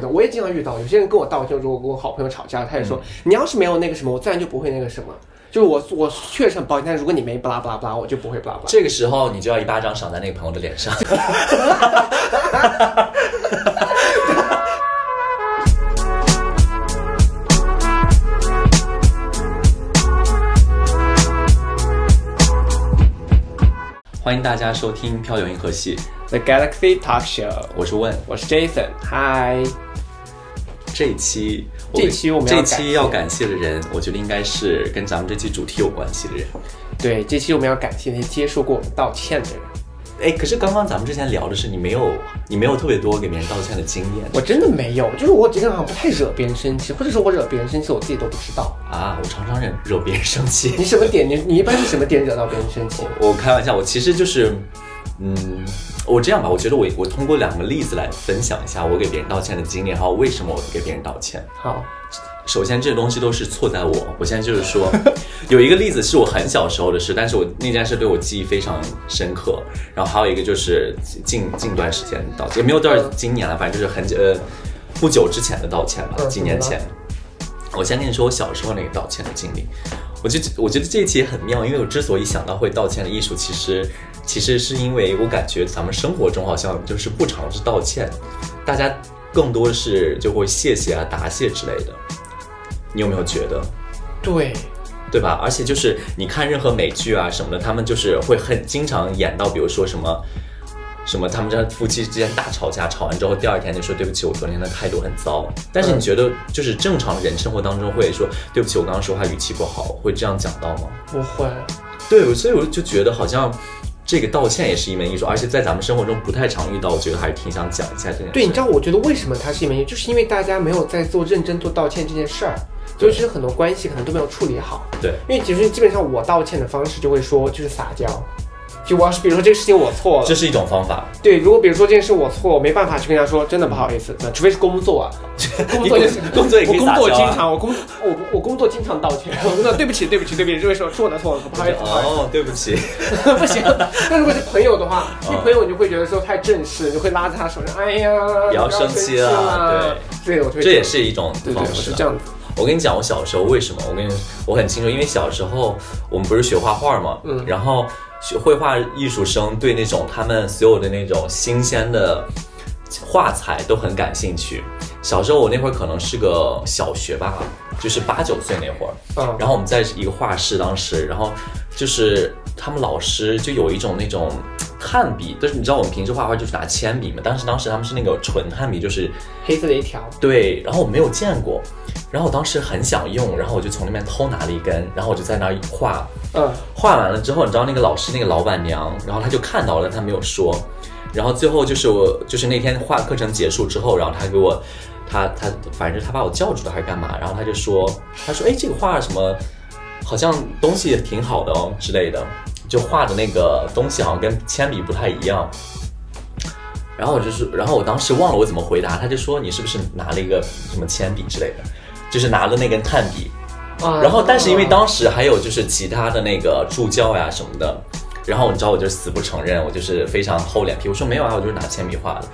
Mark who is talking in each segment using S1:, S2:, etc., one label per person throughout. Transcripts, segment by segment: S1: 的，我也经常遇到，有些人跟我道歉，说我跟我好朋友吵架，他也说、你要是没有那个什么，我自然就不会那个什么。就是我我确实很抱歉，但是如果你没巴拉巴拉巴拉，我就不会巴拉巴拉。
S2: 这个时候你就要一巴掌赏在那个朋友的脸上。 欢迎大家收听《漂流银河系》，
S1: The Galaxy Talk Show，
S2: 我是问。
S1: 我是 Jason，嗨，
S2: 这一期，我
S1: 这期我们要
S2: 这
S1: 感
S2: 期
S1: 谢
S2: 要感谢的人，我觉得应该是跟咱们这期主题有关系的人。
S1: 对，这期我们要感谢那些接受过我们道歉的人。
S2: 哎，可是刚刚咱们之前聊的是你没有，你没有特别多给别人道歉的经验
S1: 我真的没有，就是我这个人好像不太惹别人生气，或者是我惹别人生气，我自己都不知道。
S2: 啊，我常常惹惹别人生气。
S1: 你什么点？你你一般是什么点惹到别人生气？
S2: 我开玩笑，我其实就是，嗯，我这样吧，我觉得我我通过两个例子来分享一下我给别人道歉的经验，还有为什么我给别人道歉。
S1: 好，
S2: 首先，这东西都是错在我。我现在就是说，有一个例子是我很小时候的事，但是我那件事对我记忆非常深刻。然后还有一个就是近近段时间道歉，也没有到今年了，反正就是很久呃不久之前的道歉吧，
S1: 嗯
S2: 几年前。我先跟你说我小时候那个道歉的经历。我就我觉得这一期也很妙，因为我之所以想到会道歉的艺术，其实其实是因为我感觉咱们生活中好像就是不尝试道歉，大家更多的是就会谢谢啊、答谢之类的。你有没有觉得？
S1: 对，
S2: 对吧？而且就是你看任何美剧啊什么的，他们就是会很经常演到，比如说什么什么他们这夫妻之间大吵架，吵完之后第二天就说对不起，我昨天的态度很糟。但是你觉得就是正常人生活当中会说对不起，我刚刚说话语气不好，会这样讲到吗？
S1: 不会。
S2: 对，所以我就觉得好像。这个道歉也是一门艺术，而且在咱们生活中不太常遇到，我觉得还是挺想讲一下这件事。
S1: 对，你知道我觉得为什么它是一门艺，就是因为大家没有在做认真做道歉这件事儿，
S2: 对
S1: 就是很多关系可能都没有处理好。
S2: 对
S1: 因为其实基本上我道歉的方式就会说就是撒娇，就我要是比如说这个事情我错了
S2: 这，是一种方法。
S1: 对，如果比如说这件事我错，我没办法去跟他说真的不好意思，那除非是工作啊，工作就是
S2: 你工作也可
S1: 我
S2: 以
S1: 工
S2: 撒娇啊
S1: 作经常我工我我工作经常道歉，我工作对不起对不起对不起，这位说是我的错，不好意思不好意思。
S2: 哦，对不起。
S1: 不行。那如果是朋友的话，
S2: 嗯
S1: 一朋友你就会觉得说太正式，你就会拉着他手说：“哎呀，
S2: 不要
S1: 生
S2: 生
S1: 气
S2: 气了
S1: 对，对，我就会
S2: 这也
S1: 样
S2: 是一种
S1: 对对，
S2: 方
S1: 我
S2: 式
S1: 是
S2: 啊。
S1: 这样子。
S2: 我跟你讲，我小时候为什么？我跟你，我很清楚，因为小时候我们不是学画画嘛，
S1: 嗯
S2: 然后学绘画艺术生对那种他们所有的那种新鲜的画材都很感兴趣。小时候我那会儿可能是个小学吧，就是八九岁那会儿，
S1: 嗯，
S2: 然后我们在一个画室，当时，然后就是他们老师就有一种那种呃炭笔，就是你知道我们平时画画就是拿铅笔嘛，但是当时他们是那个纯炭笔，就是
S1: 黑色的一条，
S2: 对，然后我没有见过，然后我当时很想用，然后我就从那边偷拿了一根，然后我就在那儿画，
S1: 嗯，
S2: 画完了之后，你知道那个老师那个老板娘，然后她就看到了，她没有说，然后最后就是我就是那天画课程结束之后，然后她给我，她她反正她把我叫住了还是干嘛，然后她就说，她说哎这个画什么，好像东西也挺好的哦之类的，就画的那个东西好像跟铅笔不太一样。然后我就是，然后我当时忘了我怎么回答，她就说你是不是拿了一个什么铅笔之类的，就是拿了那根炭笔，
S1: 啊
S2: 然后，但是因为当时还有就是其他的那个助教呀什么的，然后你知道我就死不承认，我就是非常厚脸皮，我说没有啊，我就是拿铅笔画的。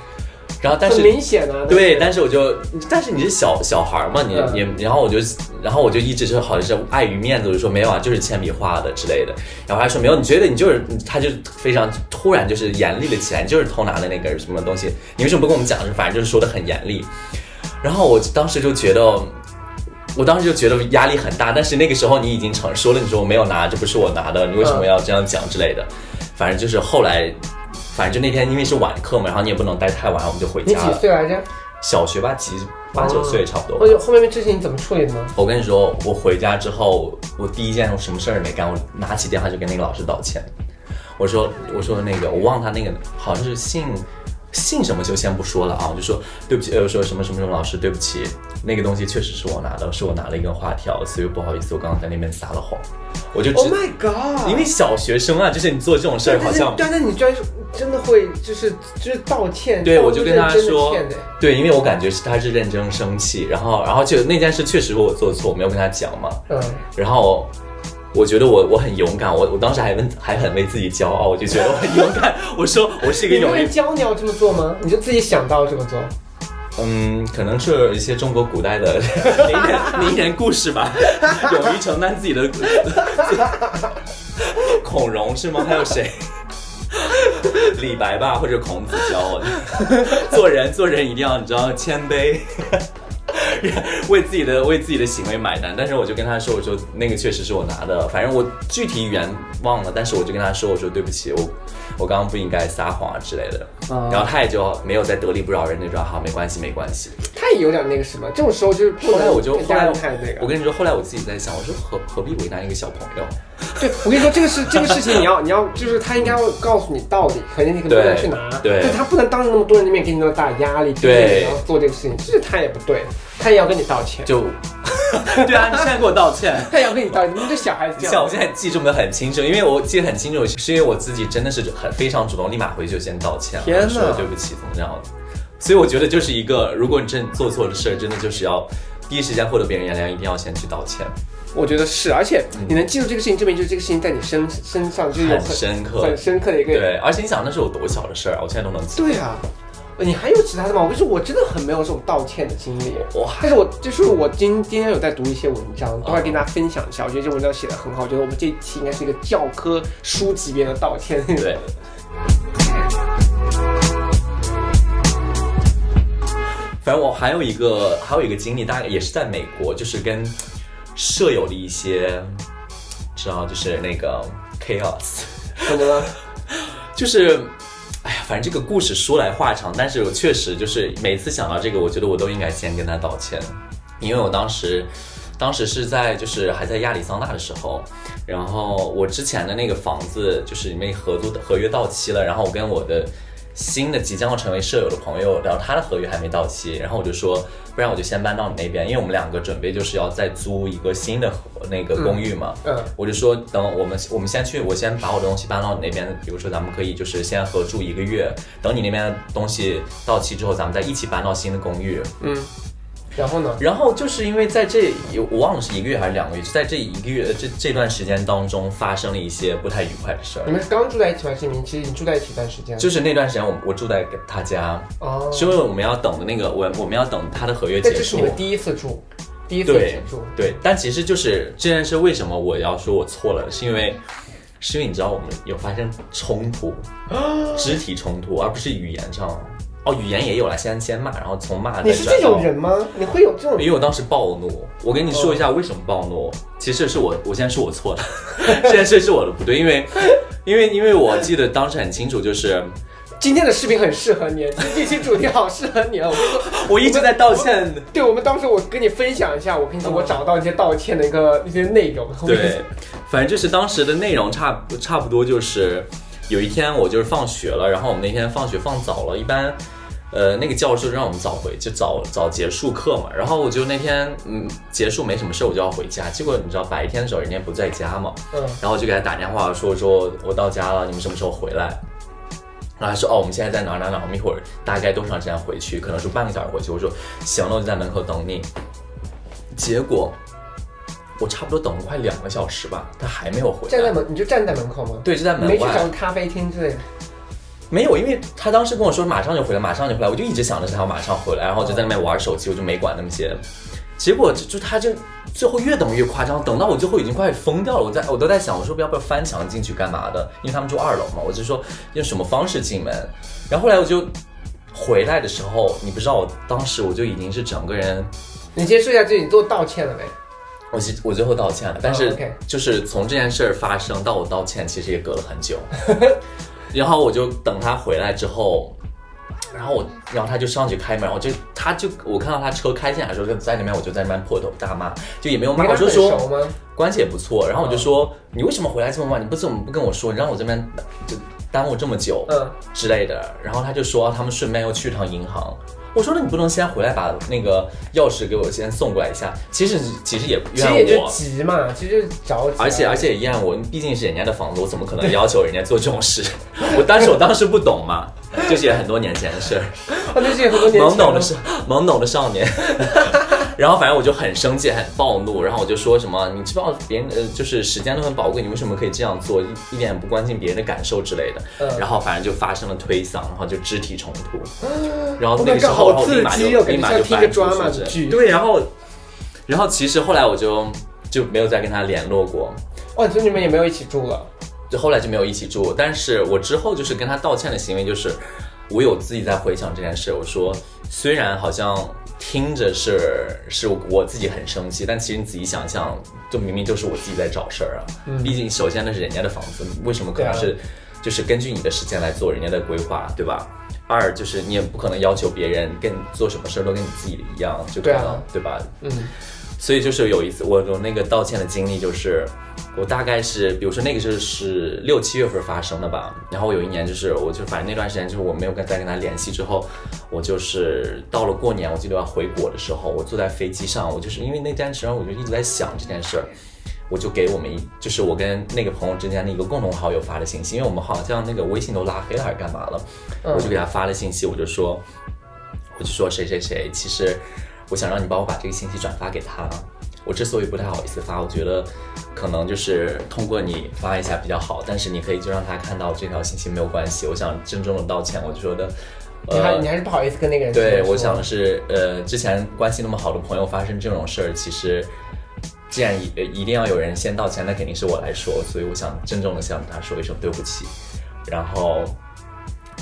S2: 然后，但
S1: 很
S2: 是
S1: 明显啊，
S2: 对，
S1: 但
S2: 但是我就，但是你是小小孩儿嘛，你
S1: 嗯
S2: 你，然后我就，然后我就一直是好像是碍于面子，我就说没有啊，就是铅笔画的之类的。然后他说没有，你觉得你就是，他就非常突然就是严厉了起来，你就是偷拿了那个什么东西，你为什么不跟我们讲？反正就是说的很严厉。然后我当时就觉得。我当时就觉得压力很大，但是那个时候你已经承说了，你说我没有拿，这不是我拿的，你为什
S1: 嗯
S2: 么要这样讲之类的？反正就是后来，反正就那天因为是晚课嘛，然后你也不能待太晚，我们就回
S1: 你
S2: 家
S1: 几
S2: 了。
S1: 岁来着？
S2: 小学吧，几
S1: 哦
S2: 八九岁差不多吧
S1: 而。且后面这事情怎么处理的呢？
S2: 我跟你说，我回家之后，我第一件我什么事儿也没干，我拿起电话就跟那个老师道歉。我说，我说那个，我忘他那个好像是姓姓什么，就先不说了啊。我就说对不起，呃，我说什么什么什么老师，对不起，那个东西确实是我拿的，是我拿了一根画条，所以不好意啊思，我刚刚在那边撒了谎。我就知
S1: Oh my god！
S2: 因为小学生啊，就是你做这种事
S1: 对
S2: 儿，好像
S1: 但是但是你居然是真的会就是就是道歉，
S2: 对，
S1: 道
S2: 我就跟他
S1: 真的
S2: 说
S1: 歉的，
S2: 对，因为我感觉是他是认真生气，然后，然后就那件事确实我做错，我没有跟他讲嘛，
S1: 嗯，
S2: 然后我觉得我我很勇敢，我我当时还问还很为自己骄傲，我就觉得我很勇敢，我说我是一个
S1: 你
S2: 勇
S1: 会
S2: 于，
S1: 教你要这么做吗？你就自己想到这么做？
S2: 嗯，可能是一些中国古代的名人名人故事吧，勇于承担自己的。 孔融是吗？还有谁？李白吧，或者孔子教我的。做人做人一定要你知道谦卑， 为自己的为自己的行为买单。但是我就跟他说，我说那个确实是我拿的，反正我具体原忘了，但是我就跟他说，我说对不起，我我刚刚不应该撒谎啊之类的。
S1: 啊
S2: 然后他也就没有再得理不饶人那种，好，没关系，没关系。
S1: 他也有点那个什么，这种时候就是不
S2: 后来
S1: 能
S2: 我就
S1: 跟
S2: 后
S1: 家
S2: 来
S1: 人太那
S2: 我
S1: 个。
S2: 跟你说，后来我自己在想，我说何何必为难一个小朋友？
S1: 对，我跟你说，这个是这个事情，你要你要就是他应该要告诉你道理，可能你可能不能去拿，
S2: 对对
S1: 就他不能当着那么多人的面给你那么大的压力，
S2: 对
S1: 逼着你要做这个事情，这他也不对，他也要跟你道歉，
S2: 就 对啊，你现在给我道歉。
S1: 他也要跟你道歉，你这小孩子 这
S2: 像
S1: 样
S2: 我，现在记这么很清楚，因为我记得很清楚，是因为我自己真的是很非常主动，立马回去就先道歉了，
S1: 天哪
S2: 说对不起，怎么这样子。所以我觉得就是一个，如果你真做错了事儿，真的就是要第一时间获得别人原谅，一定要先去道歉，
S1: 我觉得是，而且你能记住这个事情，证明就是这个事情在你身身上就是有
S2: 嗯很
S1: 很
S2: 深刻
S1: 很。深刻的一个
S2: 对，而且你想那是有多小的事儿啊，我现在都能记。
S1: 对啊，你还有其他的吗？我跟你说，我真的很没有这种道歉的经历。
S2: 哇，
S1: 但是我就是我今今天有在读一些文章，等会儿跟大家分享一下。我觉得这文章写的很好，我觉得我们这一期应该是一个教科书级别的道歉。
S2: 对。反正我还有一个还有一个经历，大概也是在美国，就是跟舍友的一些，知道就是那个 chaos，
S1: 怎么了？
S2: 就是。哎呀，反正这个故事说来话长，但是我确实就是每次想到这个，我觉得我都应该先跟他道歉，因为我当时，当时是在就是还在亚利桑那的时候，然后我之前的那个房子就是因为合租合约到期了，然后我跟我的新的即将要成为舍友的朋友，然后他的合约还没到期，然后我就说，不然我就先搬到你那边，因为我们两个准备就是要再租一个新的合那个公寓嘛，
S1: 嗯嗯
S2: 我就说等我们我们先去，我先把我的东西搬到你那边，比如说咱们可以就是先合住一个月，等你那边的东西到期之后，咱们再一起搬到新的公寓，
S1: 嗯，然后呢？
S2: 然后就是因为在这，我忘了是一个月还是两个月，就在这一个月这这段时间当中，发生了一些不太愉快的事儿
S1: 你。们是刚住在一起吗？是你们其实已经住在一起一段时间了。
S2: 就是那段时间我，我住在他家，
S1: 哦，
S2: 是因为我们要等的那个，我我们要等他的合约
S1: 但
S2: 结
S1: 哎这是
S2: 束
S1: 你。们第一次住，第一次一起
S2: 对
S1: 住。
S2: 对，但其实就是这件事，为什么我要说我错了，是因为是因为你知道我们有发生冲突，
S1: 啊
S2: 肢体冲突，而不是语言上。哦，语言也有了，先先骂，然后从骂再
S1: 你是这
S2: 转到
S1: 种人吗？嗯你会有这种
S2: 因为我当时暴怒，我跟你说一下为什么暴怒。其实是我，我先说我错了，这件事是我的不对，因为，因为，因为我记得当时很清楚，就是
S1: 今天的视频很适合你，啊今这期主题好适合你啊！我跟你说，
S2: 我一直在道歉。
S1: 对我们当时我跟你分享一下，我跟你说，我找到一些道歉的一个一些内容。
S2: 对，反正就是当时的内容差不差不多就是，有一天我就是放学了，然后我们那天放学放早了，一般。呃，那个教授让我们早回，就早早结束课嘛。然后我就那天，嗯，结束没什么事，我就要回家。结果你知道白天的时候人家不在家嘛，
S1: 嗯，
S2: 然后我就给他打电话说说我到家了，你们什么时候回来？然后他说哦，我们现在在哪儿哪儿哪儿，我们一会儿大概多长时间回去？可能是半个小时回去。我说行了，我就在门口等你。结果我差不多等了快两个小时吧，他还没有回
S1: 站在
S2: 来。
S1: 门，你就站在门口吗？
S2: 对，就在
S1: 你没
S2: 门
S1: 去找
S2: 外
S1: 个，咖啡厅之类的。
S2: 没有，因为他当时跟我说马上就回来，马上就回来，我就一直想着是他要马上回来，然后我就在那边玩手机，我就没管那么些。结果就就他就最后越等越夸张，等到我最后已经快疯掉了，我在我都在想，我说要不要翻墙进去干嘛的？因为他们住二楼嘛，我就说用什么方式进门。然后后来我就回来的时候，你不知道我当时我就已经是整个人，
S1: 你先说一下自己做道歉了没？
S2: 我是我最后道歉了，但
S1: 哦
S2: 是
S1: ，OK
S2: 就是从这件事儿发生到我道歉，其实也隔了很 久。然后我就等他回来之后，然后我，然后他就上去开门，我就，他就，我看到他车开进来的时候，就在那边，我就在那边破口大骂，就也没有
S1: 你
S2: 骂，
S1: 跟
S2: 我
S1: 他
S2: 就
S1: 很
S2: 说
S1: 熟嗯吗？
S2: 关系也不错，然后我就说、你为什么回来这么晚？你不怎么不跟我说？你让我这边就耽误这么久，
S1: 嗯，
S2: 之类的。然后他就说他们顺便又去一趟银行。我说那你不能先回来把那个钥匙给我先送过来一下？其实其实也
S1: 其
S2: 怨
S1: 实
S2: 我，
S1: 也就急嘛，其实就是着急啊。
S2: 而且而且一样，我毕竟是人家的房子，我怎么可能要求人家做这种事？ 我当时我当时不懂嘛，就是也很多年前的事儿，
S1: 啊，那是很多年前
S2: 懵懂的
S1: 了
S2: 是懵懂的少年。 然后反正我就很生气，很暴怒，然后我就说什么，你知不知道别人呃，就是时间都很宝贵，你为什么可以这样做，一一点也不关心别人的感受之类的。
S1: 嗯
S2: 然后反正就发生了推搿，然后就肢体冲突。然后
S1: Oh
S2: 那
S1: my
S2: 个
S1: god，
S2: 时候，然后
S1: 好
S2: 我立
S1: 刺
S2: 马就
S1: 激哦，
S2: 立
S1: 感觉
S2: 马
S1: 像
S2: 就
S1: 听
S2: 搬
S1: 一个
S2: 出
S1: drama
S2: 去
S1: 剧。
S2: 对，然后然后其实后来我就就没有再跟他联络过。
S1: 哇，所以你们也没有一起住了。
S2: 就后来就没有一起住，但是我之后就是跟他道歉的行为，就是我有自己在回想这件事，我说虽然好像听着是是我自己很生气，但其实你仔细想想，就明明就是我自己在找事儿啊，毕竟首先那是人家的房子，为什么可能是、
S1: 嗯对啊
S2: 就是根据你的时间来做人家的规划，对吧？二就是你也不可能要求别人跟做什么事儿都跟你自己一样，就可
S1: 对啊
S2: 能对吧？
S1: 嗯，
S2: 所以就是有一次我有那个道歉的经历，就是我大概是，比如说那个就是六七月份发生的吧，然后我有一年就是我就反正那段时间就是我没有跟再跟他联系之后，我就是到了过年，我记得我要回国的时候，我坐在飞机上，我就是因为那段时间我就一直在想这件事儿。我就给我们一，就是我跟那个朋友之间的一个共同好友发的信息，因为我们好像那个微信都拉黑了还是干嘛了，
S1: 嗯
S2: 我就给他发了信息，我就说，我就说谁谁谁，其实我想让你帮我把这个信息转发给他。我之所以不太好意思发，我觉得可能就是通过你发一下比较好，但是你可以就让他看到这条信息没有关系。我想郑重的道歉，我就觉得，
S1: 你还
S2: 呃
S1: 你，还是不好意思跟那个人说
S2: 对，
S1: 说
S2: 我想的是，呃，之前关系那么好的朋友发生这种事儿，其实既然一呃一定要有人先道歉，那肯定是我来说，所以我想郑重的向他说一声对不起，然后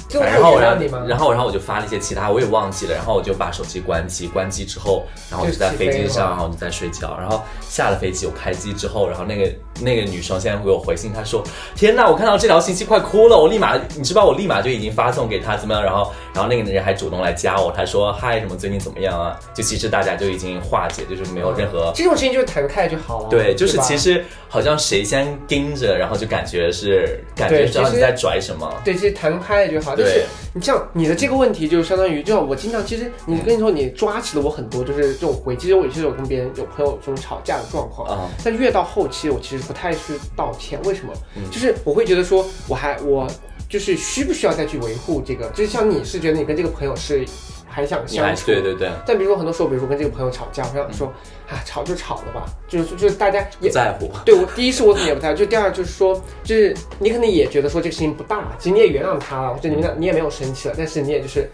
S1: 就
S2: 然后
S1: 我
S2: 我
S1: 让你吗？
S2: 然后然后我就发了一些其他，我也忘记了，然后我就把手机关机，关机之后，然后我就在飞
S1: 就
S2: 机
S1: 起飞了
S2: 上，然后我就在睡觉，然后下了飞机，我开机之后，然后那个那个女生现在给我回信，她说：“天呐，我看到这条信息快哭了，我立马，你知道我立马就已经发送给她怎么样？然后然后那个人还主动来加我，他说嗨，什么最近怎么样啊？就其实大家就已经化解，就是没有任何。
S1: 这种事情就是谈开就好了。啊
S2: 对，就是
S1: 嗯哦吧
S2: 其实好像谁先盯着，然后就感觉是感
S1: 对
S2: 觉知道
S1: 其
S2: 你
S1: 实
S2: 在拽什么。
S1: 对，其实谈开了就好。但是
S2: 对
S1: 你像你的这个问题，就相当于，就像我经常，其实你跟你说，你抓起了我很多，就是这种回击。其实我也是有跟别人有朋友这种吵架的状况。
S2: 啊
S1: 但越到后期，我其实不太去道歉，为什么？
S2: 嗯
S1: 就是我会觉得说，我还我就是需不需要再去维护这个？就是像你是觉得你跟这个朋友是还想
S2: 你
S1: 相
S2: 还
S1: 处，
S2: 对对对，
S1: 但比如说很多时候，比如说跟这个朋友吵架，我想说，啊，吵就吵了吧，就是就是大家
S2: 不
S1: 也
S2: 在乎。
S1: 对我第一是我可能也不太，就第二就是说，就是你可能也觉得说这个事情不大，其实你也原谅他了，就
S2: 嗯
S1: 你们俩你也没有生气了，但是你也就是，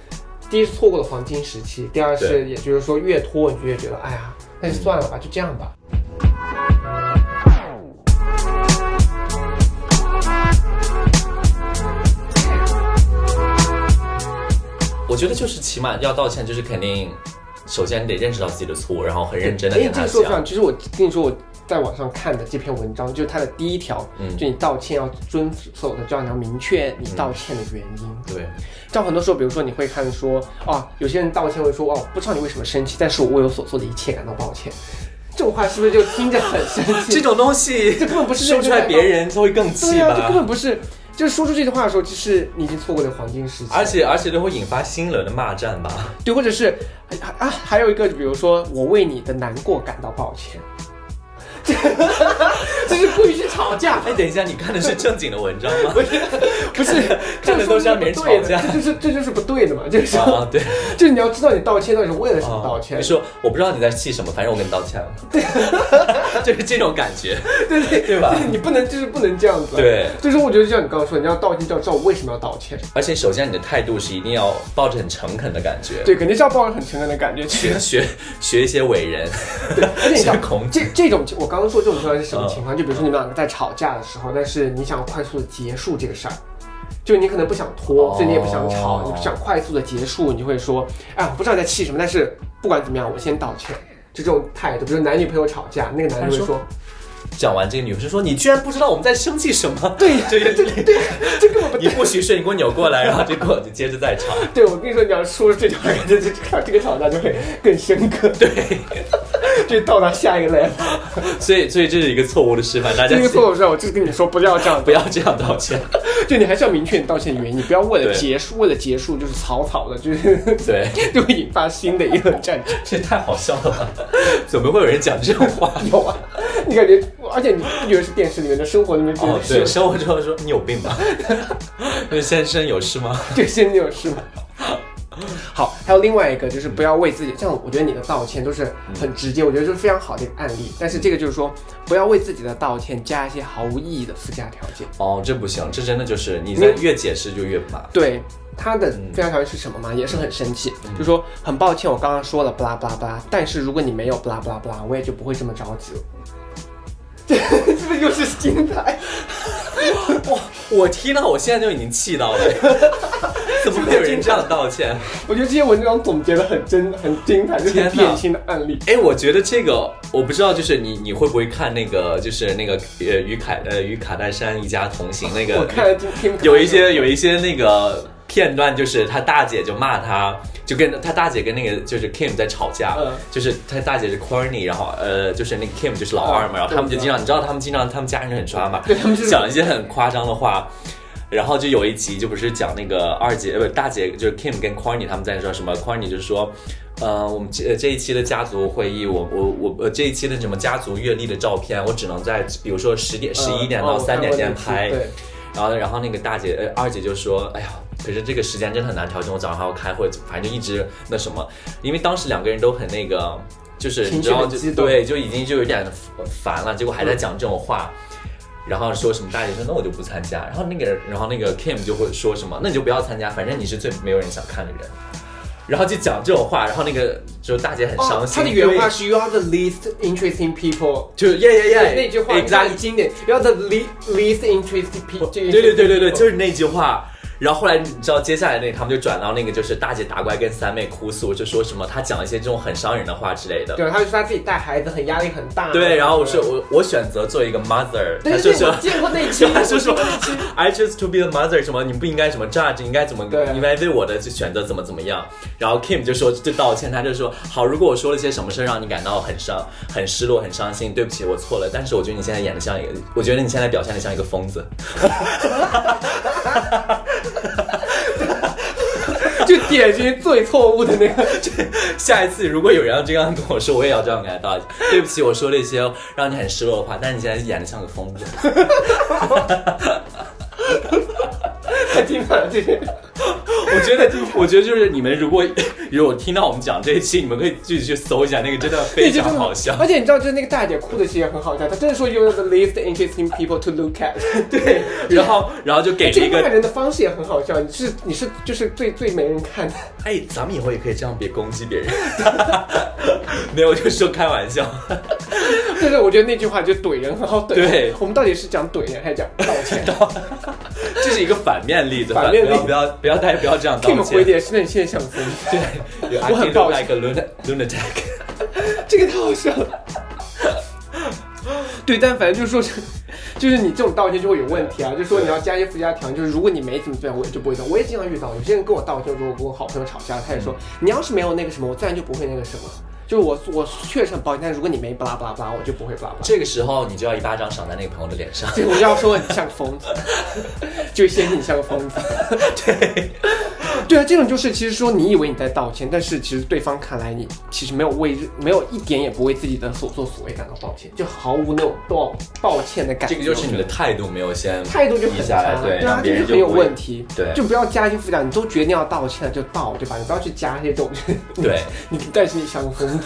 S1: 第一是错过了黄金时期，第二是
S2: 对嗯
S1: 也就是说越拖你就越觉得哎呀，那就算了吧，就这样吧。
S2: 我觉得就是起码要道歉，就是肯定，首先你得认识到自己的错误，然后很认真的
S1: 哎
S2: 跟
S1: 这
S2: 他
S1: 个说法，
S2: 讲。
S1: 其实我跟你说我。在网上看的这篇文章，就是它的第一条，
S2: 嗯
S1: 就你道歉要遵守的，就要你要明确你道歉的原因。
S2: 对，
S1: 像很多时候，比如说你会看说啊，有些人道歉会说哦，不知道你为什么生气，但是我为我所做的一切感到抱歉。这种话是不是就听着很生
S2: 这
S1: 气？
S2: 种东西
S1: 这根本不是
S2: 说出来，别人就会更
S1: 对
S2: 气
S1: 呀、啊，这根
S2: 吧。
S1: 本不是。就是说出这句话的时候，就是你已经错过了黄金时期，
S2: 而且而且都会引发新一轮的骂战吧。
S1: 对，或者是啊啊，还有一个，比如说我为你的难过感到抱歉， 这这是故意去吵架，
S2: 哎，等一下，你看的是正经的文章 吗？
S1: 不是
S2: 看的都是让别人吵架
S1: 这就是这就是不对的嘛，就是、
S2: 啊，对，
S1: 就是你要知道你道歉到底是为了什么
S2: 啊
S1: 道歉，
S2: 你说我不知道你在气什么，反正我跟你道歉了。对， 就是这种感觉，
S1: 对对
S2: 对吧？
S1: 你不能就是不能这样子。
S2: 对，
S1: 就是我觉得就像你刚刚说，你要道歉，就要知道我为什么要道歉。
S2: 而且首先你的态度是一定要抱着很诚恳的感觉，
S1: 对，肯定是要抱着很诚恳的感觉去
S2: 学。学学一些伟人，
S1: 而且你知道
S2: 学孔子
S1: 这这种，我刚刚说这种情况是
S2: 嗯
S1: 什么情况？就比如说你们两个在吵架的时候，但是你想快速的结束这个事儿。就你可能不想拖，
S2: 哦
S1: 所以你也不想吵，你不想快速的结束，你就会说，哎，我不知道你在气什么，但是不管怎么样，我先道歉，就这种态度。比如男女朋友吵架，那个男人会
S2: 他
S1: 说，
S2: 讲完这个女生说：“你居然不知道我们在生气什 么？”
S1: 对
S2: 这
S1: 对对对，这根本不
S2: 你 不许睡，你给我扭过来，然后就给我就接着再吵。
S1: 对，我跟你说，你要说这句话，这这这这个吵架就会更深刻，对，就到达下一个 level。
S2: 所以，所以这是一个错误的示范，大家
S1: 这个错误是吧，我就是跟你说不要这样，
S2: 不要这样道歉。
S1: 就你还是要明确你道歉的原因，你不要为了
S2: 对
S1: 结束，为了结束就是草草的，就是
S2: 对，
S1: 就会引发新的一轮战争。
S2: 这太好笑了吧？怎么会有人讲这种话？
S1: 有啊，你感觉，而且你不觉得是电视里面的，生活里面真
S2: 哦
S1: 的，
S2: 对，
S1: 是，
S2: 生活中 说你有病吧？先生有事吗？
S1: 这些你有事吗？好，还有另外一个就是不要为自己，像我觉得你的道歉都是很直接，我觉得就是非常好的一个案例。但是这个就是说，不要为自己的道歉加一些毫无意义的附加条件。
S2: 哦，这不行，这真的就是你在越解释就越麻烦。
S1: 对，他的嗯附加条件是什么嘛？也是很生气，就说很抱歉，我刚刚说了不啦不啦不啦，但是如果你没有不啦不啦不啦，我也就不会这么着急了。 这是不是又是金牌？
S2: 哇，我听到我现在就已经气到了， 怎么会有人这样道歉？
S1: 我觉得这些文章总结的很真，很精彩，就是
S2: 天
S1: 很
S2: 哪
S1: 典型的案例。
S2: 哎，我觉得这个我不知道，就是你你会不会看那个，就是那个呃与凯呃与卡戴珊一家同行那个，
S1: 我看了今天
S2: 有一些有一些那个片段，就是他大姐就骂他，就跟他大姐跟那个就是 Kim 在吵架，
S1: 嗯
S2: 就是他大姐是 Corny，然后呃就是那个 Kim 就是老二嘛，
S1: 嗯
S2: 然后他们就
S1: 对
S2: 经常，你知道他们经常他们家人很抓嘛，
S1: 对他们就是
S2: 讲一些很夸张的话。然后就有一集就不是讲那个二姐呃不大姐就是 Kim 跟 Corny 他们在说什么，Corny 就是说，呃我们这这一期的家族会议，我我我呃这一期的什么家族阅历的照片，我只能在比如说十点
S1: 呃
S2: 十一点
S1: 哦
S2: 到三点之间拍，
S1: 对，
S2: 然后，然后那个大姐，呃，二姐就说：“哎呀，可是这个时间真的很难调整，我早上还要开会，反正就一直那什么。”因为当时两个人都很那个，就是你
S1: 情绪
S2: 知道，
S1: 很
S2: 就
S1: 激动
S2: 对，就已经就有点呃烦了，结果还在讲这种话。
S1: 嗯
S2: 然后说什么大姐说那我就不参加，然后那个然后那个 Kim 就会说什么那你就不要参加，反正你是最没有人想看的人，然后就讲这种话，然后那个就是大姐很伤
S1: 哦他
S2: 心，
S1: 的原话
S2: 对
S1: 是 “You are the least interesting people”，
S2: 就是耶耶耶
S1: 那句话非
S2: exactly
S1: 常经典，“You are the le- least interesting people”。对哦
S2: 对对对对对，就是那句话。然后后来你知道，接下来那个他们就转到那个就是大姐打怪跟三妹哭诉，就说什么她讲一些这种很伤人的话之类的。
S1: 对，他就说他自己带孩子很压力很大。
S2: 对，然后我说，我我选择做一个 mother，
S1: 对
S2: 她
S1: 对
S2: 就
S1: 对，
S2: 说
S1: 我见过那期，
S2: 她就说
S1: 我见过
S2: I choose to be the mother，什么你不应该什么 judge，应该怎么
S1: 对，
S2: 应该为我的选择怎么怎么样。然后 Kim 就说就道歉，她就说好，如果我说了些什么事让你感到很伤、很失落、很伤心，对不起，我错了。但是我觉得你现在演的像一个，我觉得你现在表现的像一个疯子。
S1: 就典型最错误的那个。
S2: 下一次如果有人要这样跟我说，我也要这样跟他道歉。对不起，我说了一些让你很失落的话，但是你现在演的像个疯子。
S1: 太精彩了，这些。
S2: 我觉得，我觉得就是你们如果如果听到我们讲这一期，你们可以自己去搜一下，那个真的非
S1: 那集
S2: 常好
S1: 真 的
S2: 笑。
S1: 而且你知道，就是那个大姐哭的戏也很好笑，她真的说 “You are the least interesting people to look at”。对，
S2: 然后，然后就给了
S1: 这
S2: 一
S1: 个骂
S2: 个，
S1: 人的方式也很好笑，你是你是就是最最没人看的。
S2: 哎，咱们以后也可以这样，别攻击别人。没有，我就说开玩笑。
S1: 但是我觉得那句话就怼人很好怼。
S2: 对
S1: 我们到底是讲怼人还是讲道歉
S2: 这是一个反面例子，
S1: 反面例子
S2: 不要不要不要大家不要这样道
S1: ？Kim 回
S2: 歉。
S1: 点是那现象分析，
S2: 对，
S1: 我很抱歉
S2: like a luna- lunatic。
S1: 这个太好笑了。 对，但反正就是说是，就是你这种道歉就会有问题啊，就是说你要加一些附加条件，就是如果你没怎么怎么样，我也就不会道。我也经常遇到，有些人跟我道歉，如果跟我好朋友吵架，他也说、你要是没有那个什么，我自然就不会那个什么。就是我我确实很抱歉，但是如果你没巴拉巴拉巴拉，我就不会巴拉巴拉。
S2: 这个时候你就要一巴掌赏在那个朋友的脸上。
S1: 这个我就要说你像个疯子，就显你像个疯子。对，对啊，这种就是其实说你以为你在道歉，但是其实对方看来你其实没有为没有一点也不为自己的所作所为感到抱歉，就毫无那种抱抱歉的感觉。
S2: 这个就是你的态度没有先
S1: 态度就
S2: 移
S1: 很
S2: 下
S1: 差
S2: 来，，对，
S1: 啊
S2: 让，别
S1: 这
S2: 人
S1: 就很有
S2: 不会
S1: 问题。
S2: 对
S1: 就不要加一些附加，你都决定要道歉了就道，对吧？你不要去加一些这种。
S2: 对，
S1: 你但是你像个疯子。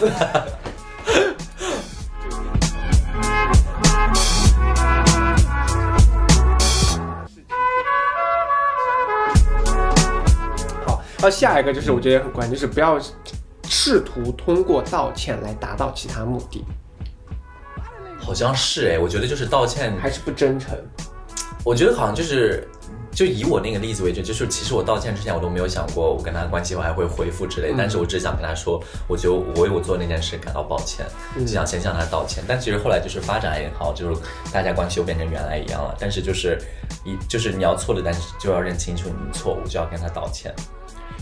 S1: 好，然后下一个就是我觉得也很关键，就是不要试图通过道歉来达到其他目的，
S2: 好像是哎，我觉得就是道歉，
S1: 还是不真诚。
S2: 我觉得好像就是。就以我那个例子为准，就是其实我道歉之前我都没有想过我跟他关系我还会恢复之类，但是
S1: 嗯
S2: 我只是想跟他说，我觉得我为我做那件事感到抱歉，
S1: 嗯
S2: 就想先向他道歉。但其实后来就是发展也好，就是大家关系又变成原来一样了。但是就是一就是你要错了，但是就要认清楚你的错误，就要跟他道歉。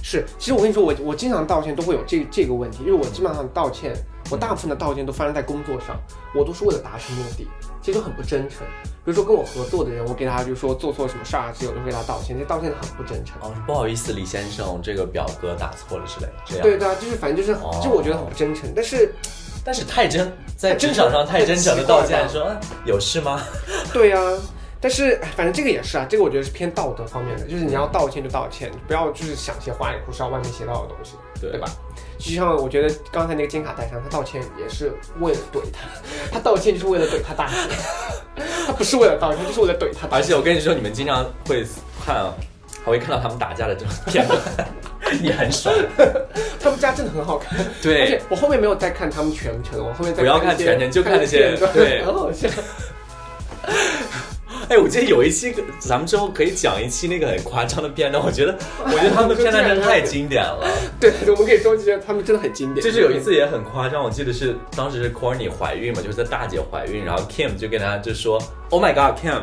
S1: 是，其实我跟你说，我我经常道歉都会有这这个问题，因为我基本上道歉，我大部分的道歉都发生在工作上，我都是为了达成目的，其实都很不真诚。比如说跟我合作的人，我给他就说做错什么事儿啊，之类，我就给他道歉，这道歉得很不真诚。
S2: 哦，不好意思，李先生，这个表格打错了之类的，这样。
S1: 对对啊，就是反正就是，
S2: 哦
S1: 就我觉得很不真诚。但是，
S2: 但是太真，在
S1: 太真
S2: 职场上
S1: 诚
S2: 太真诚的
S1: 很奇怪
S2: 道歉
S1: 吧
S2: 说，嗯有事吗？
S1: 对啊，但是哎反正这个也是啊，这个我觉得是偏道德方面的，就是你要道歉就道歉，不要就是想些花里胡哨、外面邪道的东西，
S2: 对
S1: 对吧？实际上，我觉得刚才那个金卡戴珊，他道歉也是为了怼他，他道歉就是为了怼他大姐，他不是为了道歉，就是为了怼他大
S2: 而
S1: 姐。
S2: 且我跟你说，你们经常会看，啊还会看到他们打架的这种片段， 也很爽。
S1: 他们家真的很好看，而且
S2: 对，
S1: 我后面没有再看他们全程，我后面再
S2: 不要看
S1: 一些
S2: 全程就看那些
S1: 片段
S2: 对
S1: 很好笑。
S2: 哎，我记得有一期，咱们之后可以讲一期那个很夸张的片段。我觉 得，我觉得他们的片段真的太经典 了。
S1: 对，我们可以说，其实他们真的很经典。
S2: 就是有一次也很夸张，我记得是当时是 Corny 怀孕嘛，就是在大姐怀孕，然后 Kim 就跟她就说，Oh my God，Kim，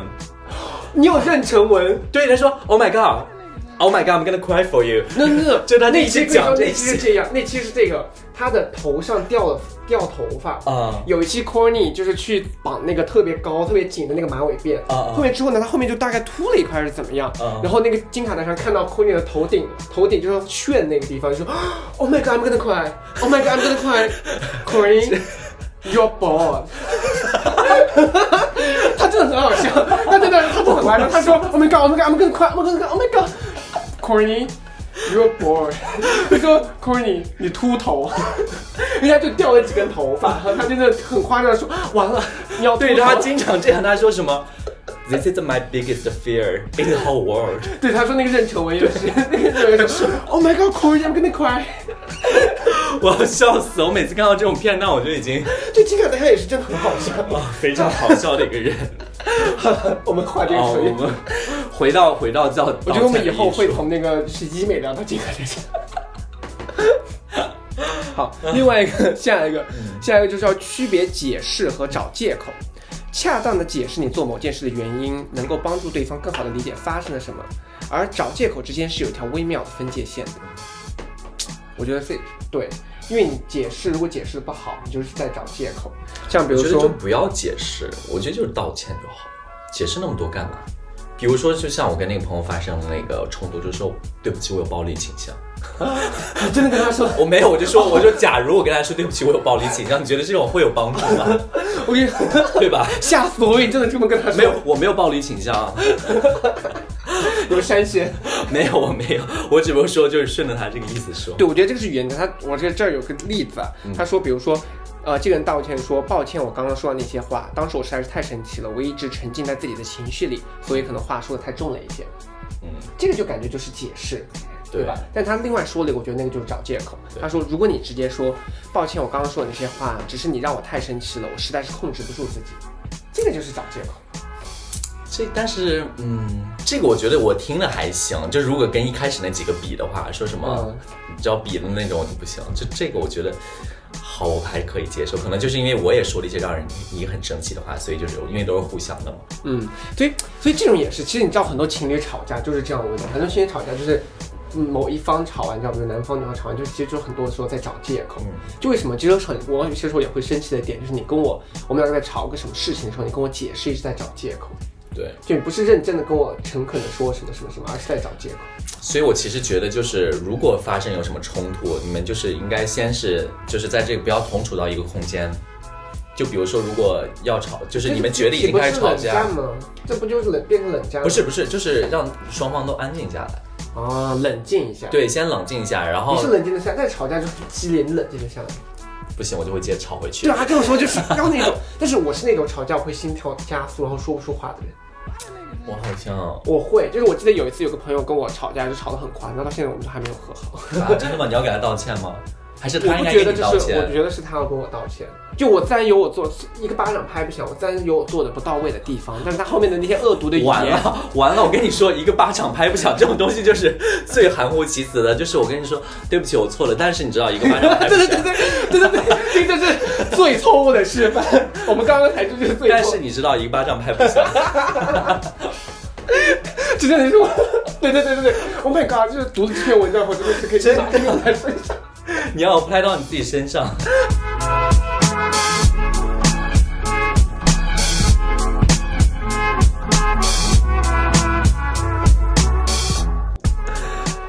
S1: 你有妊娠纹，
S2: 对，她说 Oh my God，Oh my God，I'm gonna cry for you。
S1: 那那
S2: 就他
S1: 那
S2: 一
S1: 期
S2: 直
S1: 可以
S2: 讲
S1: 说
S2: 这
S1: 那期是
S2: 些
S1: 这样，那期是这个，他的头上掉了掉头发。
S2: 啊
S1: 有一期 Corny 就是去绑那个特别高、特别紧的那个马尾辫，
S2: 啊啊
S1: 后面之后呢，他后面就大概秃了一块还是怎么样，
S2: 啊
S1: 然后那个金卡戴珊看到 Corny 的头顶，头顶就是炫那个地方，就说 Oh my God，I'm gonna cry，Oh my God，I'm gonna cry，Corny，you're born。他真的很好笑，他真的他真的很夸张，他说 Oh my God，Oh my God，I'm gonna cry，I'm gonna cry，Oh my God，Corny。You're born，他说 Corny，你秃头， 人家就掉了几根头发，然后他真的很夸张地说，完了，你要秃
S2: 对，她
S1: 头
S2: 经常这样，她说什么？This is my biggest fear in the whole world。
S1: 对，他说那个妊娠纹也是， 那个妊娠纹是 Oh my God, Corey, I'm gonna cry。
S2: 我要笑死！我每次看到这种片段，我就已经
S1: 就金卡戴啊珊也是真的很好笑。
S2: 啊非常好笑的一 个人。
S1: 我们话这个
S2: 哦，
S1: 可以
S2: 我。们回到回到叫，
S1: 我觉得我们以后会
S2: 道歉
S1: 从那个是医美聊到金卡戴 珊。好，另外一个，下一个，
S2: 嗯
S1: 下一个就是要区别解释和找借口。恰当的解释你做某件事的原因，能够帮助对方更好的理解发生了什么，而找借口之间是有一条微妙的分界线的。我觉得非对，因为你解释如果解释得不好，你就是在找借口。像比
S2: 我
S1: 如
S2: 觉得就
S1: 说，
S2: 不要解释，我觉得就是道歉就好，解释那么多干嘛？比如说，就像我跟那个朋友发生了那个冲突，就说对不起，我有暴力倾向。
S1: 你真的跟他说，
S2: 我没有，我就 说，我说假如我跟他说对不起，我有暴力倾向，你觉得这种会有帮助 吗？
S1: 我跟你说
S2: 对吧？
S1: 吓死我！我以为你真的这么跟他说，
S2: 没有，我没有暴力倾向啊，
S1: 有删减。
S2: 没有，我没有，我只不过说就是顺着他这个意思说。
S1: 对，我觉得这个是原则。他，我这这儿有个例子啊，
S2: 嗯
S1: 他说，比如说，呃，这个人道歉说，抱歉，我刚刚说的那些话，当时我实在是太生气了，我一直沉浸在自己的情绪里，所以可能话说的太重了一些。
S2: 嗯，
S1: 这个就感觉就是解释，
S2: 对
S1: 对吧？但他另外说了一个，我觉得那个就是找借口。
S2: 对
S1: 他说，如果你直接说抱歉，我刚刚说的那些话，只是你让我太生气了，我实在是控制不住自己，这个就是找借口。
S2: 这但是，嗯，这个我觉得我听了还行，就如果跟一开始那几个比的话，说什么啊
S1: 嗯
S2: 只要比的那种我就不行，就这个我觉得好，我还可以接受，可能就是因为我也说了一些让人你很生气的话，所以就是因为都是互相的嘛，
S1: 嗯，所以所以这种也是，其实你知道很多情侣吵架就是这样的问题，很多情侣吵架就是。嗯某一方吵完，你知道，比如男方女方吵完，就其实就很多时候在找借口。
S2: 嗯
S1: 就为什么？其实很，我有些时候也会生气的点，就是你跟我，我们两个在吵个什么事情的时候，你跟我解释一直在找借口，
S2: 对，
S1: 就你不是认真的跟我诚恳的说什么什么什么，而是在找借口。
S2: 所以我其实觉得就是如果发生有什么冲突，你们就是应该先是就是在这个不要同处到一个空间，就比如说如果要吵，就是你们觉得已经开始吵
S1: 这
S2: 架
S1: 不，是冷战吗？这不就是冷变成冷战吗？
S2: 不是不是，就是让双方都安静下来，
S1: 啊，冷静一下。，
S2: 对，哦先冷静一下，然后
S1: 你是冷静的下来，但是吵架就很激烈，你冷静的下来。
S2: 不行，我就会直接吵回去
S1: 对。啊，这种时候就是要那种，但是我是那种吵架我会心跳加速，然后说不出话的人。
S2: 我好像
S1: 我会，就是我记得有一次有个朋友跟我吵架，就吵得很夸张，到现在我们都还没有和好。
S2: 啊，真的吗？你要给他道歉吗？还是
S1: 我
S2: 他
S1: 不
S2: 应该
S1: 觉
S2: 给
S1: 得
S2: 你
S1: 这
S2: 道
S1: 是，我
S2: 歉？
S1: 觉得是他要跟我道歉。就我自然有我做一个巴掌拍不响，我自然有我做的不到位的地方，但是他后面的那些恶毒的语
S2: 完
S1: 言，
S2: 了完了！我跟你说，一个巴掌拍不响这种东西就是最含糊其辞的。就是我跟你说，对不起，我错了。但是你知道，一个巴掌 拍
S1: 对对
S2: 不响。
S1: 对对对对对，这就是最错误的示范。我们刚刚才就是最
S2: 但
S1: 错
S2: 是，你知道，一个巴掌拍不 响。
S1: 这真的是我， 对对对对对，Oh my god！就是读了这篇文章后，真的是可以拿在脑袋身上。
S2: 你要拍到你自己身上。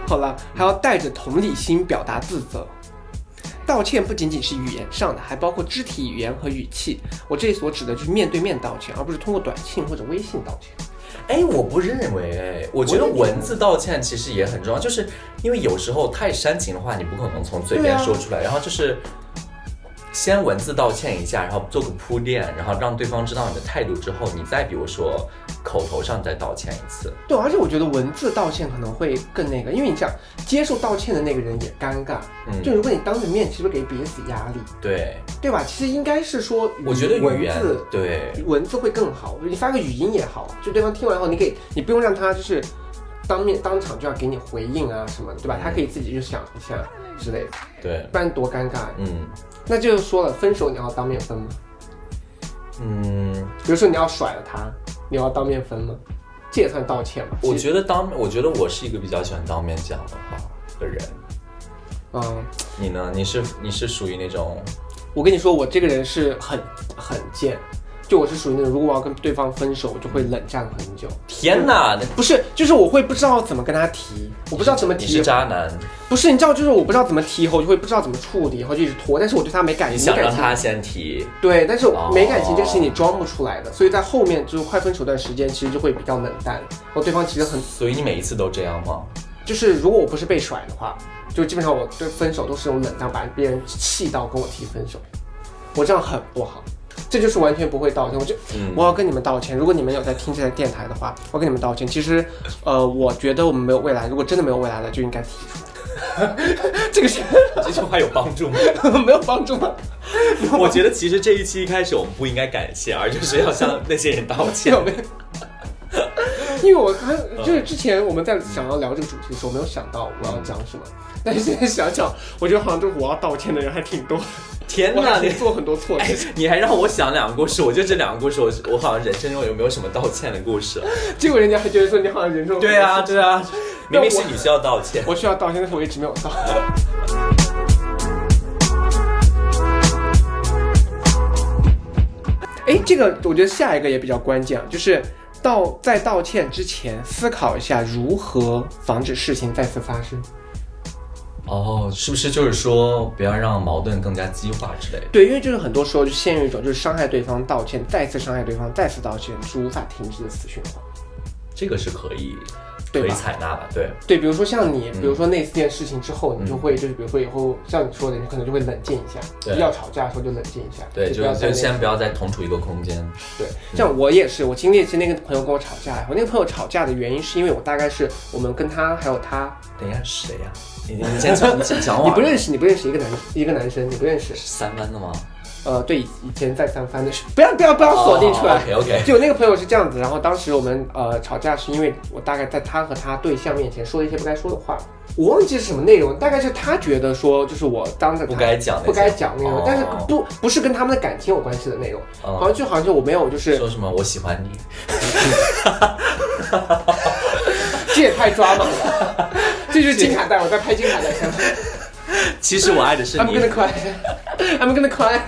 S1: 好了，还要带着同理心表达自责。道歉不仅仅是语言上的，还包括肢体语言和语气。我这里所指的就是面对面道歉，而不是通过短信或者微信道歉。
S2: 哎，我不认为，哎我觉得文字道歉其实也很重要，就是因为有时候太煽情的话，你不可能从嘴
S1: 啊
S2: 边说出来，然后就是先文字道歉一下，然后做个铺垫，然后让对方知道你的态度之后，你再比如说口头上再道歉一次。
S1: 对，而且我觉得文字道歉可能会更那个，因为你想接受道歉的那个人也尴尬，
S2: 嗯
S1: 就如果你当着面，其实给彼此压力，
S2: 对，
S1: 对吧？其实应该是说，
S2: 我觉得
S1: 文
S2: 语言
S1: 字
S2: 对
S1: 文字会更好，你发个语音也好，就对方听完后，你给你不用让他就是当面当场就要给你回应啊什么的，对吧？他可以自己就想一下之类的，
S2: 对，
S1: 不然多尴尬。
S2: 嗯
S1: 那就是说了，分手你要当面分吗？
S2: 嗯。
S1: 比如说你要甩了他，你要当面分吗？这也算道歉吧？
S2: 我
S1: 其实
S2: 觉得当，我觉得我是一个比较喜欢当面讲的话的人。
S1: 嗯，
S2: 你呢？你是你是属于那种，
S1: 我跟你说，我这个人是很很贱，就我是属于那种，如果我要跟对方分手，我就会冷战很久。
S2: 天哪，那
S1: 不是，就是我会不知道怎么跟他提，我不知道怎么
S2: 你
S1: 提
S2: 是，渣男，
S1: 不是，你知道，就是我不知道怎么提以后，我就会不知道怎么处理，以后就一直拖。但是我对他没感
S2: 你
S1: 情，
S2: 想
S1: 没感
S2: 让
S1: 情
S2: 他先提，
S1: 对，但是我
S2: 哦
S1: 没感情这个事情你装不出来的，所以在后面就是快分手段时间，其实就会比较冷淡。然后对方其实很，
S2: 所以你每一次都这样吗？
S1: 就是如果我不是被甩的话，就基本上我对分手都是用冷淡，把别人气到跟我提分手，我这样很不好。这就是完全不会道歉，我就、
S2: 嗯
S1: 我要跟你们道歉。如果你们有在听这台电台的话，我跟你们道歉。其实，呃，我觉得我们没有未来，如果真的没有未来了， 就应该提出。这个是
S2: 这句话有帮助 吗？
S1: 没有帮助吗？
S2: 我觉得其实这一期一开始我们不应该感谢，而就是要向那些人道 歉
S1: 有。没有？因为我刚
S2: 嗯
S1: 就是之前我们在想要聊这个主题的时候，没有想到我要讲什么，但是现在想想，我觉得好像对我要道歉的人还挺多，
S2: 天
S1: 我
S2: 哪，
S1: 还
S2: 你
S1: 挺 做很多错
S2: 哎
S1: 事。，
S2: 你还让我想两个故事，我就这两个故事，我我好像人生中有没有什么道歉的故事？
S1: 结果人家还觉得说你好像人中
S2: 对啊，，对啊， 明明是你需要道歉。
S1: 我需要道歉， 但是我一直没有道。哎，这个我觉得下一个也比较关键，啊，就是道在道歉之前思考一下如何防止事情再次发生。
S2: 哦，是不是就是说不要让矛盾更加激化之类的？
S1: 对，因为就是很多时候就陷入一种就是伤害对方、道歉，再次伤害对方，再次道歉，是无法停止的死循环。
S2: 这个是可以
S1: 对
S2: 可
S1: 吧
S2: 以采纳吧？对，
S1: 对，比如说像你，
S2: 嗯
S1: 比如说那四件事情之后，你就会就是比如说以后像你说的，你可能就会冷静一下，
S2: 对
S1: 要吵架的时候就冷静一下，
S2: 对，
S1: 不
S2: 就嗯
S1: 要再
S2: 就
S1: 那
S2: 先不要再同处一个空间。
S1: 对。像我也是，我经历其实那个朋友跟我吵架，我那个朋友吵架的原因是因为我大概是我们跟他还有他，
S2: 等一下是谁呀？你你先讲，你先 讲
S1: 你
S2: 我。
S1: 不认识，你不认识一个男一个男生，你不认识，
S2: 三班的吗？
S1: 呃，对，以以前在三番的时候，不要不要不要
S2: 哦
S1: 锁定出来。
S2: OK OK。
S1: 就我那个朋友是这样子，然后当时我们呃吵架是因为我大概在他和他对象面前说了一些不该说的话，我忘记是什么内容，大概是他觉得说就是我当着他
S2: 不该讲那些
S1: 不该讲内容，
S2: 哦
S1: 但是不不是跟他们的感情有关系的内容，
S2: 哦
S1: 好像就好像就我没有就是
S2: 说什么？我喜欢你。
S1: 这也太抓马 了，这就是金卡带，我在拍金卡带上
S2: 其实我爱的是
S1: ，I'm
S2: 你
S1: gonna。cry，I'm gonna cry。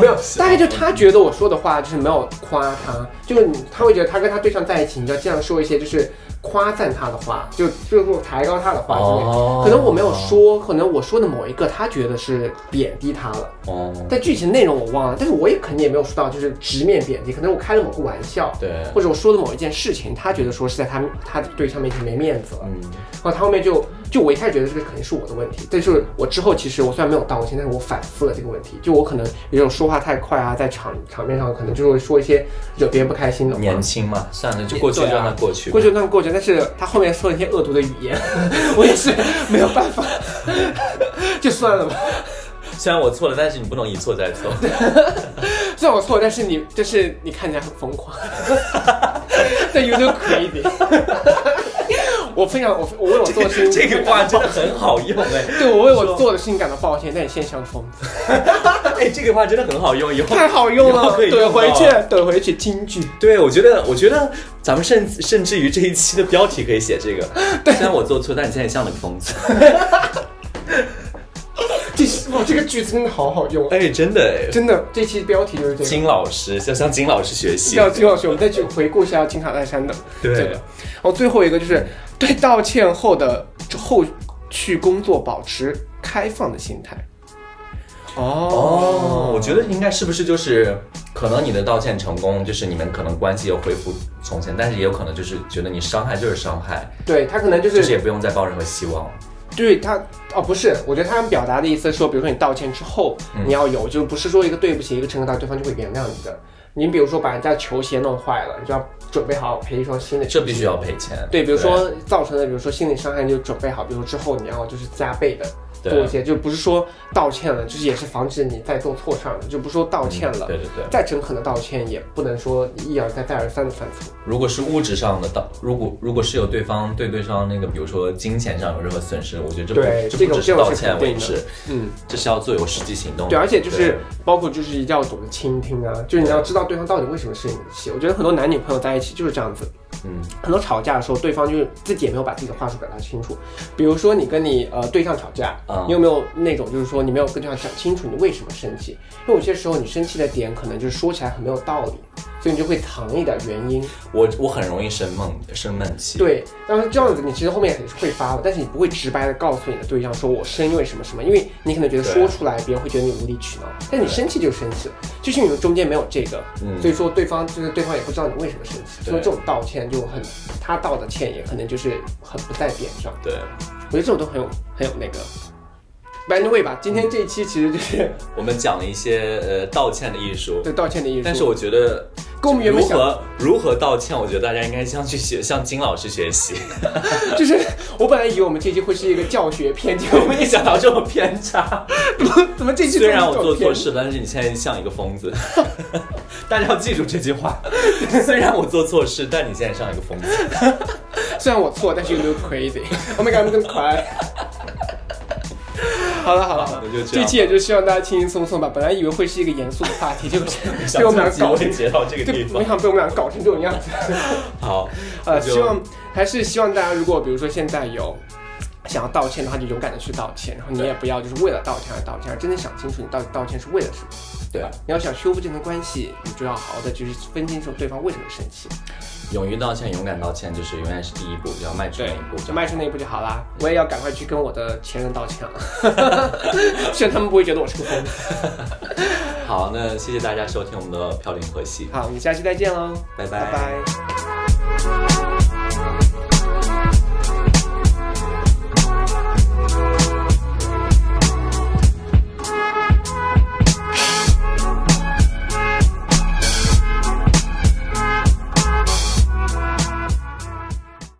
S1: 没
S2: 哦
S1: 有，大概就他觉得我说的话就是没有夸他，就是你他会觉得他跟他对象在一起，你就要经常说一些就是夸赞他的话，就最后抬高他的话之类的。
S2: 哦
S1: 可能我没有说，可能我说的某一个他觉得是贬低他了，
S2: 哦，
S1: 但具体内容我忘了。但是我也肯定也没有说到就是直面贬低，可能我开了某个玩笑，
S2: 对
S1: 或者我说的某一件事情，他觉得说是在他他对象面前没面子了，
S2: 嗯，
S1: 然后他后面就就我一开始觉得这个肯定是我的问题，但是我之后其实我虽然没有道歉，但是我反思了这个问题，就我可能有种说话太快啊，在场场面上可能就是会说一些惹别人不开心的话。
S2: 年轻嘛，算了，就过去就
S1: 对啊
S2: 让它过去吧。
S1: 过去就算过去，但是他后面说了一些恶毒的语言， 我也是没有办法， 就算了吧。
S2: 虽然我错了，但是你不能一错 再错。
S1: 虽然我错，但是你就是你看起来很疯狂，但 you look crazy 我非常我我为我做的事情
S2: 这个话真的很好用哎，
S1: 对我为我做的事情感到抱歉，但你现在像疯子。
S2: 哎，这个话真的很好用，以后
S1: 太好用
S2: 以后
S1: 了，
S2: 可以用
S1: 怼
S2: 到
S1: 回去，怼回去，京剧。
S2: 对，我觉得，我觉得咱们甚甚至于这一期的标题可以写这个。 虽然我做错，但你现在像个疯子。
S1: 这哇，这个剧真的好好用，
S2: 哎，真的哎，
S1: 真的，这期标题就是这个。
S2: 金老师要向金老师学习。
S1: 要金老师，我们再去回顾一下金卡戴珊的
S2: 对
S1: 这个。然后最后一个就是对道歉后的后续工作保持开放的心态。
S2: 哦，
S1: 哦，
S2: 我觉得应该是不是就是可能你的道歉成功，就是你们可能关系又恢复从前，但是也有可能就是觉得你伤害就是伤害，
S1: 对他可能就是
S2: 就是也不用再抱任何希望。
S1: 对他哦，不是，我觉得他们表达的意思是说，比如说你道歉之后，
S2: 嗯
S1: 你要有，就不是说一个对不起，一个诚恳道歉，对方就会原谅你的。你比如说把人家球鞋弄坏了，你就要准备好赔一双新的球鞋。
S2: 这必须要赔钱。
S1: 对，比如说造成的，比如说心理伤害，你就准备好，比如说之后你要就是加倍的做
S2: 对
S1: 一些，就不是说道歉了，就是也是防止你再做错事儿了，就不是说道歉了，
S2: 嗯对对对。
S1: 再诚恳的道歉也不能说一而再再而三的犯错。
S2: 如果是物质上的道，如果如果是有对方对对方那个，比如说金钱上有任何损失，我觉得这不
S1: 对
S2: 这
S1: 这
S2: 不
S1: 个
S2: 只是
S1: 这个是
S2: 道歉
S1: 肯
S2: 为
S1: 定的
S2: 止，
S1: 嗯，
S2: 这是要做有实际行动的。
S1: 对，而且就是
S2: 对
S1: 包括就是一定要懂得倾听啊，就是你要知道对方到底为什么生你的气。我觉得很多男女朋友在一起就是这样子，
S2: 嗯，
S1: 很多吵架的时候，对方就是自己也没有把自己的话术表达清楚。比如说你跟你呃对象吵架，
S2: 嗯
S1: 你有没有那种就是说你没有跟对象讲清楚你为什么生气？因为有些时候你生气的点可能就是说起来很没有道理，所以你就会藏一点原因。
S2: 我我很容易生闷生闷气。
S1: 对，但是这样子你其实后面也是会发的，但是你不会直白的告诉你的对象说我生因为什么什么，因为你可能觉得说出来别人会觉得你无理取闹，但你生气就生气了，就是你们中间没有这个，
S2: 嗯
S1: 所以说对方就是对方也不知道你为什么生气，所以这种道歉就很他道的歉也可能就是很不在点上，
S2: 对，
S1: 我觉得这种都很有很有那个。By the way 吧，今天这一期其实就是
S2: 我们讲了一些呃道歉的艺术，
S1: 对道歉的艺术，
S2: 但是我觉得
S1: 跟我们原本
S2: 如
S1: 想
S2: 何如何道歉，我觉得大家应该向去学向金老师 学习。
S1: 就是我本来以为我们这期会是一个教学篇，结
S2: 我
S1: 果
S2: 没有想到这么偏差。
S1: 怎么 怎么这期
S2: 虽然
S1: 这么
S2: 我做
S1: 走偏
S2: 错事，但是你现在像一个疯 子。大家要记住这句话。虽然我做错事，但你现在像一个疯子。
S1: 虽然我错，但是 you look crazy。Oh my god, I'm gonna cry 好了好了，好了
S2: 那就这
S1: 这
S2: 样
S1: 期也就希望大家轻轻松松吧。本来以为会是一个严肃的话题，结果被我们俩
S2: 想
S1: 搞
S2: 到
S1: 成
S2: 结到这个地
S1: 对，没
S2: 方。
S1: 想到被我们俩搞成这种样 子。
S2: 好，
S1: 呃，
S2: 那就
S1: 希望还是希望大家，如果比如说现在有想要道歉的话，就勇敢的去道歉，然后你也不要就是为了道歉而道歉，而真的想清楚你到底道歉是为了什么。
S2: 对，
S1: 你要想修复这层关系，你就要好好的就是分清楚对方为什么生气，
S2: 勇于道歉，勇敢道歉，就是永远是第一步，要迈出那一步。
S1: 就迈出那一步就好啦。我也要赶快去跟我的前任道歉了， 虽然他们不会觉得我是个疯子。
S2: 好，那谢谢大家收听我们的《飘零河西》，
S1: 好，我们下期再见喽，
S2: 拜
S1: 拜
S2: 拜。
S1: 拜。